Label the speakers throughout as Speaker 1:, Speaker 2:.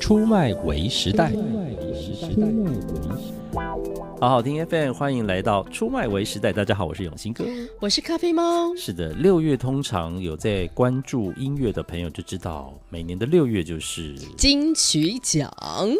Speaker 1: 出卖为时代。好好听 FM，欢迎来到出卖为时代。大家好，我是永新哥。
Speaker 2: 我是啊咖啡猫，
Speaker 1: 是的，六月通常有在关注音乐的朋友就知道，每年的六月就是，
Speaker 2: 金曲奖，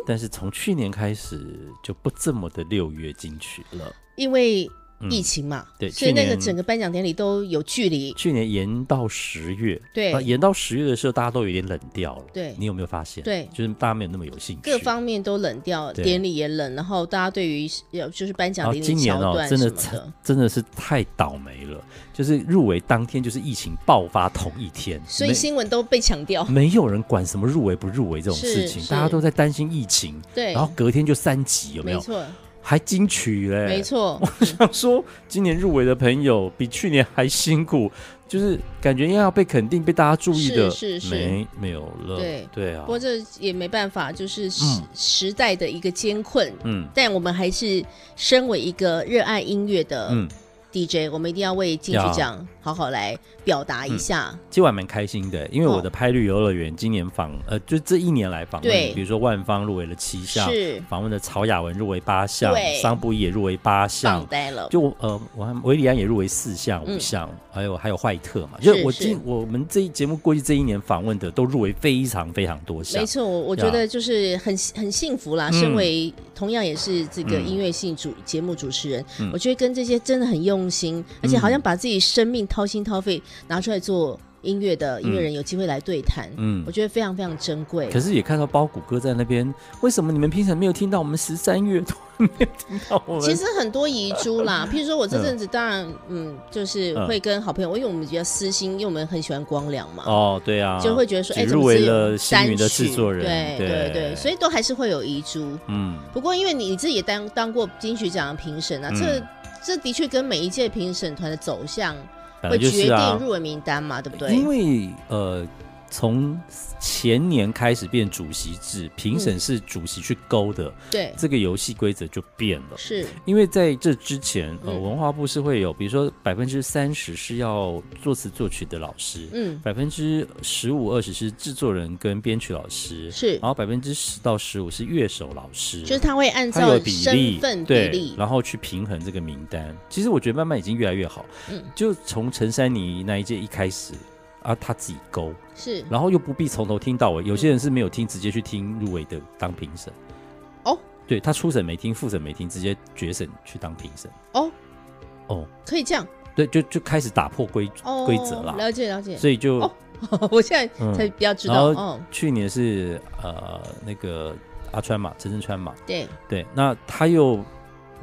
Speaker 1: 但是从去年开始就不这么的六月金曲了。
Speaker 2: 因为疫情嘛，
Speaker 1: 嗯对
Speaker 2: 所以
Speaker 1: 去
Speaker 2: 那
Speaker 1: 年
Speaker 2: 个整个颁奖典礼都有距离。
Speaker 1: 去年延到十月，
Speaker 2: 对
Speaker 1: 啊延到十月的时候，大家都有点冷掉了。
Speaker 2: 对
Speaker 1: 你有没有发现？
Speaker 2: 对
Speaker 1: 就是大家没有那么有兴趣。
Speaker 2: 各方面都冷掉，
Speaker 1: 对
Speaker 2: 典礼也冷，然后大家对于呃就是颁
Speaker 1: 然
Speaker 2: 奖
Speaker 1: 后
Speaker 2: 典
Speaker 1: 今
Speaker 2: 礼
Speaker 1: 年
Speaker 2: 桥
Speaker 1: 哦
Speaker 2: 段，什
Speaker 1: 真
Speaker 2: 么
Speaker 1: 的
Speaker 2: 的，
Speaker 1: 真的是太倒霉了，就是入围当天就是疫情爆发同一天，
Speaker 2: 所以
Speaker 1: 没哦
Speaker 2: 新闻都被抢掉。
Speaker 1: 没有人管什么入围不入围这种事
Speaker 2: 是
Speaker 1: 情，
Speaker 2: 是
Speaker 1: 大家都在担心疫情，
Speaker 2: 对，
Speaker 1: 然后隔天就三级，有没哎
Speaker 2: 没
Speaker 1: 有？
Speaker 2: 错，
Speaker 1: 还金曲嘞，
Speaker 2: 没。错，
Speaker 1: 想说今年入围的朋友比去年还辛苦，就是感觉要被肯定、被大家注意的，
Speaker 2: 是是是
Speaker 1: 没没有了，
Speaker 2: 对
Speaker 1: 啊
Speaker 2: 不，过这也没办法，就是时
Speaker 1: 嗯
Speaker 2: 时代的一个艰困。
Speaker 1: 嗯
Speaker 2: 但我们还是身为一个热爱音乐的
Speaker 1: 嗯，
Speaker 2: DJ，、我们一定要为金
Speaker 1: 要嗯
Speaker 2: 曲奖好好来表达一下。
Speaker 1: 今晚蛮开心的，因为
Speaker 2: 嗯
Speaker 1: 我的拍绿游乐园今年访呃，就这一年来访问，
Speaker 2: 对
Speaker 1: 比如说万芳入围了七项，
Speaker 2: 是
Speaker 1: 访问了曹雅文入围八项，
Speaker 2: 对
Speaker 1: 桑布伊也入围八项
Speaker 2: 棒，呆了，
Speaker 1: 就我呃，我还维里安也入围四项、
Speaker 2: 嗯
Speaker 1: 五项，还有还有坏特嘛，
Speaker 2: 是
Speaker 1: 就是我
Speaker 2: 是
Speaker 1: 今我们这一节目过去这一年访问的都入围非常非常多项
Speaker 2: 没，错，我我觉得就是很很幸福啦。
Speaker 1: 嗯
Speaker 2: 身为同样也是这个音乐性主、节目主持人，
Speaker 1: 嗯
Speaker 2: 我觉得跟这些真的很用心，而且好像把自己生命掏心掏肺拿出来做音乐的音乐人，有机会来对谈，
Speaker 1: 嗯
Speaker 2: 我觉得非常非常珍贵
Speaker 1: 可。是也看到包谷哥在那边，为什么你们平常没有听到我们十三月都没有听到我们？
Speaker 2: 其实很多遗珠 啦，譬如说我这阵子当然，嗯，就是会跟好朋友，因为我们比较私心，因为我们很喜欢光良嘛，
Speaker 1: 哦，对啊，
Speaker 2: 就会觉得说，
Speaker 1: 只
Speaker 2: 哎，怎
Speaker 1: 入
Speaker 2: 么
Speaker 1: 围
Speaker 2: 只有
Speaker 1: 了星
Speaker 2: 单
Speaker 1: 云的制
Speaker 2: 曲
Speaker 1: 作人，
Speaker 2: 对
Speaker 1: 对
Speaker 2: 对对，所以都还是会有遗珠。
Speaker 1: 嗯，
Speaker 2: 不过，因为你自己也当当过金曲奖的评审啊，
Speaker 1: 嗯
Speaker 2: 这这的确跟每一届评审团的走向
Speaker 1: 本来
Speaker 2: 会
Speaker 1: 就
Speaker 2: 决
Speaker 1: 是啊
Speaker 2: 定，入围名单嘛，对不对？
Speaker 1: 因为呃，从前年开始变主席
Speaker 2: 嗯
Speaker 1: 制，评审是主席去勾的，
Speaker 2: 对，
Speaker 1: 这个游戏规则就变了。
Speaker 2: 是
Speaker 1: 因为在这之前，呃，
Speaker 2: 嗯
Speaker 1: 文化部是会有，比如说百分之三十是要作词作曲的老师，
Speaker 2: 嗯
Speaker 1: 百分之十五二十是制作人跟编曲老师，
Speaker 2: 是
Speaker 1: 然，后百分之十到十五是乐手老师，
Speaker 2: 就是他会按
Speaker 1: 它
Speaker 2: 照
Speaker 1: 有比
Speaker 2: 身
Speaker 1: 例
Speaker 2: 份比
Speaker 1: 对
Speaker 2: 例，
Speaker 1: 然后去平衡这个名单。其实我觉得慢慢已经越来越好，
Speaker 2: 嗯
Speaker 1: 就从陈珊妮那一届一开始。啊，他自己勾，
Speaker 2: 是
Speaker 1: 然后又不必从头听到尾。有些人是没有听，直接去听入围的当评审。
Speaker 2: 哦
Speaker 1: 对他初审没听，复审没听，直接决审去当评审。
Speaker 2: 哦，
Speaker 1: 哦，
Speaker 2: 可以这样
Speaker 1: 对，就就开始打破规
Speaker 2: 哦，
Speaker 1: 规则啦，
Speaker 2: 了解了解，
Speaker 1: 所以就、
Speaker 2: 哦 我现在
Speaker 1: 嗯
Speaker 2: 才比较知
Speaker 1: 然
Speaker 2: 道
Speaker 1: 后
Speaker 2: 哦，
Speaker 1: 去年是呃那个阿川嘛，陈振川嘛，
Speaker 2: 对，
Speaker 1: 对，那他又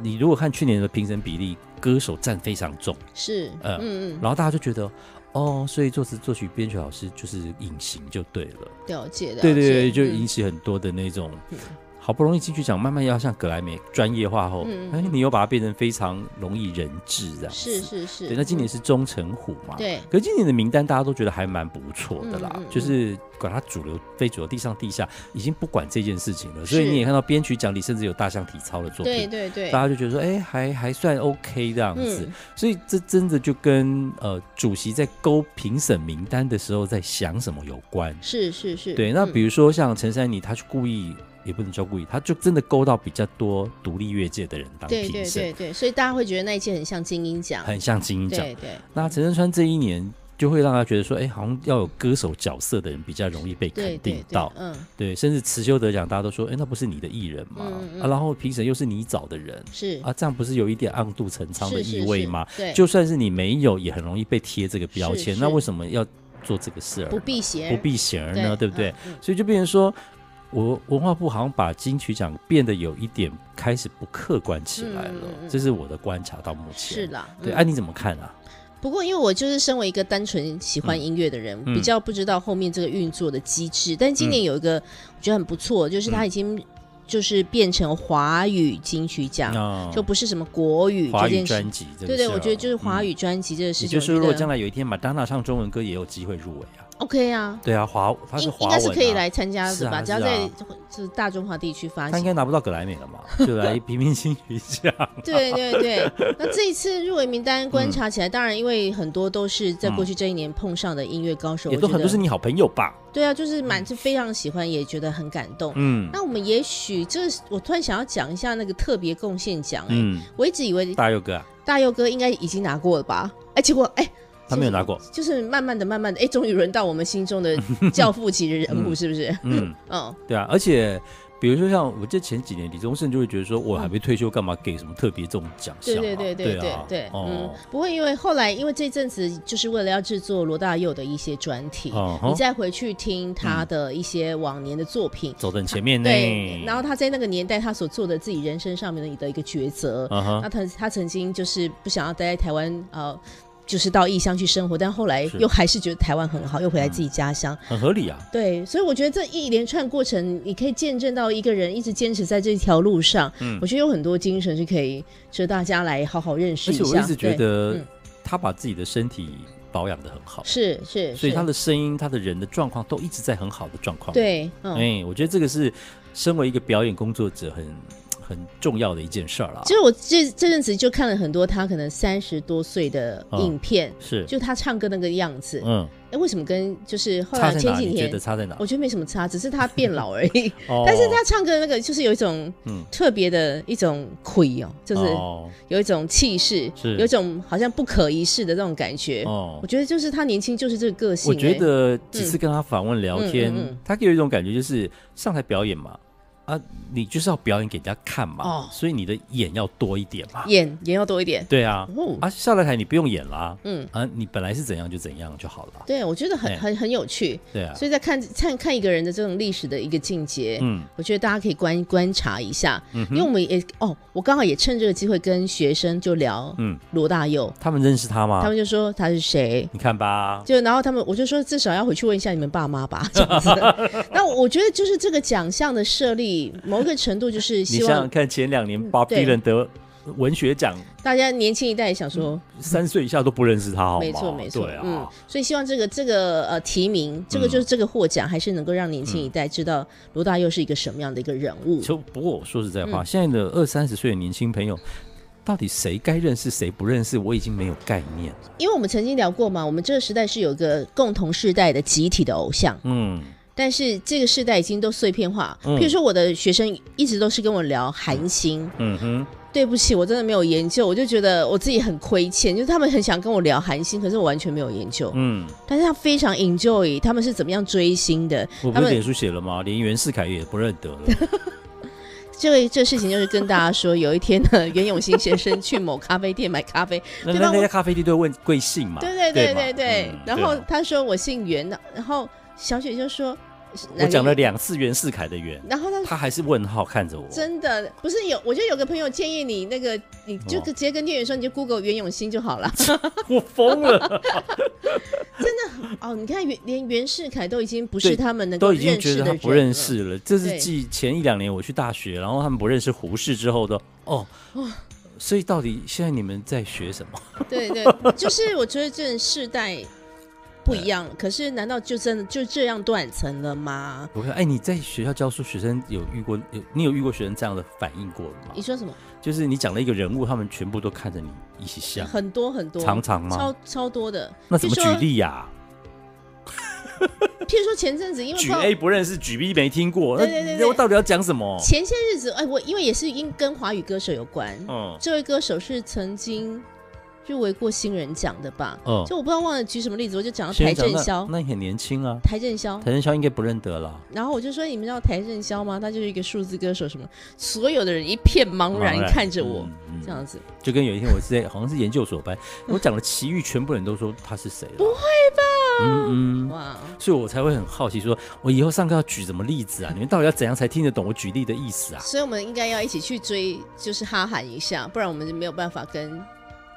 Speaker 1: 你如果看去年的评审比例，歌手占非常重，
Speaker 2: 是，
Speaker 1: 呃
Speaker 2: 嗯嗯，
Speaker 1: 然后大家就觉得哦，所以作词作曲编曲老师就是隐形就对了，
Speaker 2: 了解的，
Speaker 1: 对对对，
Speaker 2: 了解
Speaker 1: 就
Speaker 2: 嗯
Speaker 1: 引起很多的那种。
Speaker 2: 嗯
Speaker 1: 好不容易金曲奖慢慢要像格莱美专业化后，
Speaker 2: 嗯嗯
Speaker 1: 哎，你又把它变成非常容易人质这样子。
Speaker 2: 是是是，
Speaker 1: 对，那今年
Speaker 2: 嗯
Speaker 1: 是钟成虎嘛？
Speaker 2: 对
Speaker 1: 可今年的名单大家都觉得还蛮不错的啦，
Speaker 2: 嗯嗯嗯
Speaker 1: 就是管它主流、非主流、地上、地下，已经不管这件事情了。所以
Speaker 2: 是
Speaker 1: 你也看到编曲奖里甚至有大象体操的作
Speaker 2: 对
Speaker 1: 品，
Speaker 2: 对对
Speaker 1: 大，家就觉得说，哎、还还算 OK 这样子。
Speaker 2: 嗯
Speaker 1: 所以这真的就跟呃主席在勾评审名单的时候在想什么有关。
Speaker 2: 是是是，
Speaker 1: 对，那
Speaker 2: 嗯
Speaker 1: 比如说像陈珊妮，她去故意。也不能叫故意，她就真的勾到比较多独立乐界的人当
Speaker 2: 对
Speaker 1: 评
Speaker 2: 对
Speaker 1: 审，
Speaker 2: 对对，所以大家会觉得那一届很像精英奖，
Speaker 1: 很像金鹰奖。
Speaker 2: 对对
Speaker 1: 那陈振川这一年就会让他觉得说，哎、好像要有歌手角色的人比较容易被
Speaker 2: 对
Speaker 1: 肯
Speaker 2: 对
Speaker 1: 定
Speaker 2: 对，
Speaker 1: 到，
Speaker 2: 嗯，
Speaker 1: 对甚至辞修得奖，大家都说，哎、那不是你的艺人吗？
Speaker 2: 嗯嗯
Speaker 1: 啊，然后评审又是你找的人
Speaker 2: 是
Speaker 1: 啊，这样不是有一点暗度陈仓的
Speaker 2: 是是
Speaker 1: 意味吗？
Speaker 2: 是对，
Speaker 1: 就算是你没有，也很容易被贴这个标签。
Speaker 2: 是
Speaker 1: 那为什么要做这个事儿？
Speaker 2: 不避嫌，
Speaker 1: 不避嫌儿呢，对不对？？
Speaker 2: 嗯嗯
Speaker 1: 所以就变成说，我文化部好像把金曲奖变得有一点开始不客观起来了，
Speaker 2: 嗯嗯嗯
Speaker 1: 这是我的观察到目前。
Speaker 2: 是啦，
Speaker 1: 对，
Speaker 2: 嗯
Speaker 1: 哎、啊，你怎么看啊？
Speaker 2: 不过因为我就是身为一个单纯喜欢音乐的人，
Speaker 1: 嗯
Speaker 2: 比较不知道后面这个运作的机制。但今年有一个我觉得很不错，就
Speaker 1: 嗯
Speaker 2: 是它已经就是变成华语金曲奖，
Speaker 1: 哦
Speaker 2: 嗯就不是什么国语
Speaker 1: 华
Speaker 2: 这
Speaker 1: 语
Speaker 2: 件事
Speaker 1: 专。辑这个
Speaker 2: 对
Speaker 1: 事
Speaker 2: 对，
Speaker 1: 儿
Speaker 2: 我觉得就是华语专辑这个
Speaker 1: 也
Speaker 2: 事情，
Speaker 1: 哦嗯就是
Speaker 2: 我觉
Speaker 1: 如
Speaker 2: 得
Speaker 1: 果将来有一天马丹娜唱中文歌也有机会入围啊，
Speaker 2: OK 啊，
Speaker 1: 对啊，华他是
Speaker 2: 应
Speaker 1: 华
Speaker 2: 应
Speaker 1: 文、啊，
Speaker 2: 该是可以来参加
Speaker 1: 是
Speaker 2: 的
Speaker 1: 啊
Speaker 2: 吧？只要
Speaker 1: 是啊
Speaker 2: 在就是大中华地区发
Speaker 1: 他应
Speaker 2: 行。
Speaker 1: 该拿不到格莱美了嘛，就 来平民星瑜伽。
Speaker 2: 对对 对，那这一次入围名单
Speaker 1: 嗯
Speaker 2: 观察起来，当然因为很多都是在过去这一年碰上的音乐高手，
Speaker 1: 也
Speaker 2: 我
Speaker 1: 都
Speaker 2: 觉
Speaker 1: 很多是
Speaker 2: 得
Speaker 1: 你好朋友吧？
Speaker 2: 对啊，就是蛮是非常喜欢，也觉得很感动。
Speaker 1: 嗯
Speaker 2: 那我们也许这是我突然想要讲一下那个特别贡献奖，哎，
Speaker 1: 嗯，
Speaker 2: 我一直以为
Speaker 1: 大佑哥啊，
Speaker 2: 大佑哥应该已经拿过了吧？哎，结果哎，
Speaker 1: 他没有拿过。
Speaker 2: 就是慢慢的、慢慢的，哎，终于轮到我们心中 的教父级的人物，是不是？
Speaker 1: 嗯，
Speaker 2: 嗯，
Speaker 1: 对啊，而且比如说像我记得前几年李宗盛就会觉得说，我还没退休，干嘛给什么特别这种奖项
Speaker 2: 对
Speaker 1: 啊？
Speaker 2: 对对
Speaker 1: 对
Speaker 2: 对
Speaker 1: 啊
Speaker 2: 对，嗯
Speaker 1: 哦，，
Speaker 2: 不会，因为后来因为这阵子就是为了要制作罗大佑的一些专题，
Speaker 1: 哦
Speaker 2: 你
Speaker 1: 吼
Speaker 2: 再回去听他的一些往年的作品，
Speaker 1: 走得很前面呢。
Speaker 2: 对，然后他在那个年代他所做的自己人生上面的一个抉择，
Speaker 1: 嗯哼，
Speaker 2: 那他他曾经就是不想要待在台湾，呃，就是到异乡去生活，但后来
Speaker 1: 是
Speaker 2: 又还是觉得台湾很好，又回来自己家乡。
Speaker 1: 很合理啊。
Speaker 2: 对，所以我觉得这一连串过程，你可以见证到一个人一直坚持在这条路上。
Speaker 1: 嗯
Speaker 2: 我觉得有很多精神是可以值得大家来好好认识
Speaker 1: 而
Speaker 2: 一
Speaker 1: 且
Speaker 2: 下。
Speaker 1: 我一直觉
Speaker 2: 对
Speaker 1: 得
Speaker 2: 嗯
Speaker 1: 他把自己的身体保养的很好，
Speaker 2: 是是，
Speaker 1: 所以
Speaker 2: 是
Speaker 1: 他的声音、他的人的状况都一直在很好的状况。，
Speaker 2: 对，嗯。
Speaker 1: 哎，我觉得这个是身为一个表演工作者很很重要的一件事儿啦
Speaker 2: 其。实我这这阵子就看了很多他可能三十多岁的影片，
Speaker 1: 是，
Speaker 2: 就他唱歌那个样子。哎、
Speaker 1: 嗯，
Speaker 2: 为什么跟就是后
Speaker 1: 差
Speaker 2: 来
Speaker 1: 在
Speaker 2: 前
Speaker 1: 哪？
Speaker 2: 几
Speaker 1: 你觉
Speaker 2: 年
Speaker 1: 得，差在哪？
Speaker 2: 我觉得没什么差，只是他变老而已。
Speaker 1: 哦
Speaker 2: 但是他唱歌那个就是有一种
Speaker 1: 嗯
Speaker 2: 特别的一种魁哦，就是
Speaker 1: 哦
Speaker 2: 有一种气势，
Speaker 1: 是
Speaker 2: 有一种好像不可一世的那种感觉。
Speaker 1: 哦
Speaker 2: 我觉得就是他年轻就是这个个性、
Speaker 1: 我觉
Speaker 2: 哎
Speaker 1: 得几次跟他访问聊天，
Speaker 2: 嗯嗯嗯
Speaker 1: 他给我一种感觉，就是上台表演嘛，啊，你就是要表演给人家看嘛，
Speaker 2: 哦
Speaker 1: 所以你的演要多一点嘛。
Speaker 2: 欸演演要多一点。
Speaker 1: 对啊，
Speaker 2: 哦，
Speaker 1: 啊，下了台你不用演啦，
Speaker 2: 嗯，
Speaker 1: 啊，你本来是怎样就怎样就好了。
Speaker 2: 对，我觉得很
Speaker 1: 哎
Speaker 2: 很很有趣。
Speaker 1: 对啊，
Speaker 2: 所以在看看看一个人的这种历史的一个境界，
Speaker 1: 嗯，
Speaker 2: 我觉得大家可以观观察一下，
Speaker 1: 嗯哼
Speaker 2: 因为我们也哦，我刚好也趁这个机会跟学生就聊
Speaker 1: 嗯啊
Speaker 2: 罗大佑，
Speaker 1: 他们认识他吗
Speaker 2: 他？们就说他是谁，
Speaker 1: 你看吧，
Speaker 2: 就然后他们，我就说至少要回去问一下你们爸妈吧。这 样子那我觉得就是这个奖项的设立，某一个程度就是
Speaker 1: 你
Speaker 2: 希
Speaker 1: 想想
Speaker 2: 望嗯
Speaker 1: 看，前两年 Bob
Speaker 2: 对
Speaker 1: Dylan 得文学奖，
Speaker 2: 大家年轻一代也想说，
Speaker 1: 三岁以下都不认识他，嗯好吗？
Speaker 2: 没错没错，
Speaker 1: 对啊，
Speaker 2: 嗯，所以希望这个这个呃提名，这个就是这个获奖，还是能够让年轻一代知道罗大佑是一个什么样的一个人物。
Speaker 1: 就不过我说实在话，
Speaker 2: 嗯
Speaker 1: 现在的二三十岁的年轻朋友，到底谁该认识谁不认识，我已经没有概念了。
Speaker 2: 因为我们曾经聊过嘛，我们这个时代是有一个共同世代的集体的偶像，
Speaker 1: 嗯，
Speaker 2: 但是这个世代已经都碎片化。
Speaker 1: 嗯
Speaker 2: 譬如说，我的学生一直都是跟我聊韩星，
Speaker 1: 嗯哼，
Speaker 2: 对不起，我真的没有研究，我就觉得我自己很亏欠，就是他们很想跟我聊韩星，可是我完全没有研究。
Speaker 1: 嗯，
Speaker 2: 但是他非常 enjoy 他们是怎么样追星的，
Speaker 1: 我不
Speaker 2: 他
Speaker 1: 是
Speaker 2: 们
Speaker 1: 脸书写了吗？连袁世凯也不认得 了。
Speaker 2: 这个这事情就是跟大家说，有一天呢， 袁永新先生去某咖啡店买咖啡，
Speaker 1: 那
Speaker 2: 对
Speaker 1: 那
Speaker 2: 吧
Speaker 1: 那
Speaker 2: 我
Speaker 1: 家咖啡店都会问贵姓嘛？
Speaker 2: 对对对
Speaker 1: 啊嘛
Speaker 2: 对对，
Speaker 1: 嗯
Speaker 2: 然后
Speaker 1: 对
Speaker 2: 他说我姓袁，然后小雪就说，
Speaker 1: 我讲了
Speaker 2: 哪个
Speaker 1: 两次袁世凯的袁，
Speaker 2: 然后他
Speaker 1: 他还是问号看着我。
Speaker 2: 真的不是有，我觉得有个朋友建议你那个，你就
Speaker 1: 哦
Speaker 2: 直接跟店员说，你就 Google 袁永新就好 了。
Speaker 1: 我疯 了，
Speaker 2: 哦，你看袁连袁世凯都已经不是
Speaker 1: 对
Speaker 2: 他们能够
Speaker 1: 都已经
Speaker 2: 认
Speaker 1: 觉
Speaker 2: 识
Speaker 1: 得
Speaker 2: 的
Speaker 1: 他
Speaker 2: 人
Speaker 1: 不认
Speaker 2: 了。
Speaker 1: 识了。这是
Speaker 2: 对
Speaker 1: 继前一两年我去大学，然后他们不认识胡适之后的哦。所以到底现在你们在学什么？
Speaker 2: 对对， 就是我觉得这世代不一样了。可是难道就真的就这样断层了吗？
Speaker 1: 我说，哎，你在学校教书，学生有遇过有你有遇过学生这样的反应过吗
Speaker 2: 你？说什么？
Speaker 1: 就是你讲了一个人物，他们全部都看着你一起笑，
Speaker 2: 很多很多，
Speaker 1: 常常吗？
Speaker 2: 超超多的。
Speaker 1: 那怎么
Speaker 2: 譬
Speaker 1: 举
Speaker 2: 如说
Speaker 1: 例啊呀、
Speaker 2: 譬如说前阵子因为
Speaker 1: 举
Speaker 2: 不知道
Speaker 1: A 不认识，举 B 没听过，那
Speaker 2: 对对对
Speaker 1: 那
Speaker 2: 对
Speaker 1: 我到底要讲什么？
Speaker 2: 前些日子，哎，我因为也是因跟华语歌手有关，
Speaker 1: 嗯
Speaker 2: 这位歌手是曾经入围过新人奖的吧？
Speaker 1: 嗯，
Speaker 2: 就我不知道忘了举什么例子，我就讲到
Speaker 1: 先
Speaker 2: 邰
Speaker 1: 讲
Speaker 2: 正宵
Speaker 1: 那，那你很年轻啊，
Speaker 2: 邰正宵
Speaker 1: 谭，正宵应该不认得了。
Speaker 2: 然后我就说你们知道邰正宵吗？他就是一个数字歌手什么，所有的人一片茫然看着我，
Speaker 1: 嗯嗯
Speaker 2: 这样子，
Speaker 1: 就跟有一天我是在好像是研究所 班，我讲了奇遇，全部人都说他是谁了。不会吧？嗯嗯，
Speaker 2: 哇，哦
Speaker 1: 所以我才会很好奇说，我以后上课要举什么例子啊？你们到底要怎样才听得懂我举例的意思啊？
Speaker 2: 所以我们应该要一起去追，就是哈韩一下，不然我们就没有办法跟。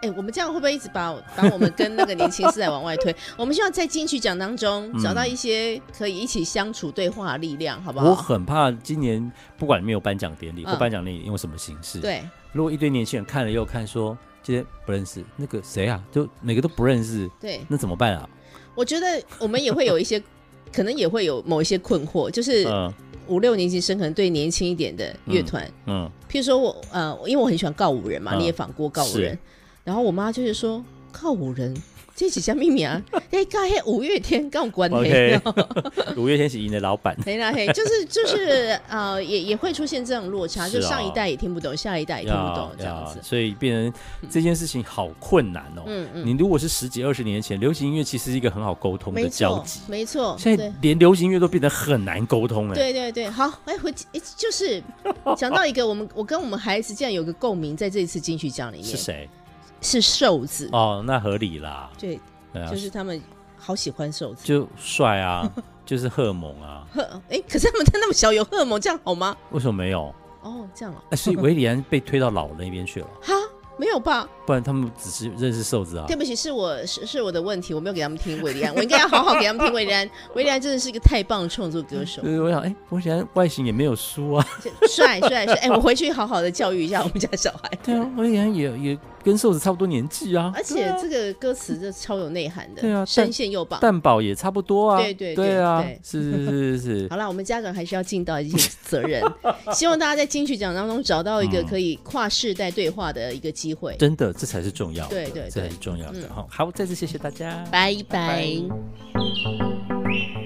Speaker 2: 哎、我们这样会不会一直把把我们跟那个年轻世代往外 推？我们需要在金曲奖当中找到一些可以一起相处对话的力量，好不
Speaker 1: 我
Speaker 2: 好？
Speaker 1: 很怕今年不管有没有颁奖典礼
Speaker 2: 嗯
Speaker 1: 或颁奖典礼用什么形式，
Speaker 2: 对，
Speaker 1: 如果一堆年轻人看了又看说，今天不认识那个谁啊，就每个都不认识，
Speaker 2: 对，
Speaker 1: 那怎么办啊？
Speaker 2: 我觉得我们也会有一些，可能也会有某一些困惑，就是
Speaker 1: 嗯
Speaker 2: 五六年级生可能对年轻一点的乐团，
Speaker 1: 嗯，
Speaker 2: 譬如说我呃，因为我很喜欢告五人嘛，
Speaker 1: 嗯
Speaker 2: 你也访过告五人
Speaker 1: 是，
Speaker 2: 然后我妈就是说告五人。这几家秘密啊， 哎，刚黑五月天刚关黑
Speaker 1: OK，五 月天是赢的老 板，
Speaker 2: 黑啦黑，就是就是呃，也也会出现这种落差，
Speaker 1: 是
Speaker 2: 就
Speaker 1: 啊
Speaker 2: 上一代也听不懂，下一代也听哎不懂
Speaker 1: 呀
Speaker 2: 这样子
Speaker 1: 呀。所以变成这件事情好困难哦。
Speaker 2: 嗯嗯，
Speaker 1: 你如果是十几二十年前，流行音乐其实是一个很好沟通的
Speaker 2: 没
Speaker 1: 交
Speaker 2: 错
Speaker 1: 集，，
Speaker 2: 没错，
Speaker 1: 现在
Speaker 2: 对
Speaker 1: 连流行音乐都变得很难沟通哎。
Speaker 2: 对对对，好，哎，回哎 就是讲到一个我们，我跟我们孩子竟然有个共鸣，在这一次金曲奖里面
Speaker 1: 是谁？
Speaker 2: 是瘦子，
Speaker 1: 哦，那合理啦，
Speaker 2: 对，
Speaker 1: 对啊
Speaker 2: 就，是他们好喜欢瘦子，
Speaker 1: 就帅 啊，就是荷尔蒙啊，
Speaker 2: 荷哎，可是他们他那么小有荷尔蒙，这样好吗？
Speaker 1: 为什么没 有？
Speaker 2: 哦，这样啊，
Speaker 1: 哎，所以维里安被推到老那边去了，
Speaker 2: 哈，没有吧？
Speaker 1: 不然他们只是认识瘦子啊
Speaker 2: 对。不起，是我是是我的问题，我没有给他们听韦礼安，我应该要好好给他们听韦礼安。韦礼安真的是一个太棒的创作歌手
Speaker 1: 就，是我想，哎，维里安外形也没有输 啊，
Speaker 2: 帅帅帅！哎，我回去好好的教育一下我们家小孩。
Speaker 1: 对啊，维里安也也跟瘦子差不多年纪啊，
Speaker 2: 而且这个歌词这超有内涵的，
Speaker 1: 对啊但
Speaker 2: 声线又棒。
Speaker 1: 蛋堡也差不多啊，
Speaker 2: 对对对
Speaker 1: 啊
Speaker 2: 对，
Speaker 1: 是是是是 是，
Speaker 2: 好啦，我们家长还是要尽到一些责任，希望大家在金曲奖当中找到一个可以跨世代对话的一个机会。
Speaker 1: 真的这才是重要的，
Speaker 2: 对对对嗯
Speaker 1: 这才是重要的。好，好，再次谢谢大家，
Speaker 2: 拜拜。
Speaker 1: 拜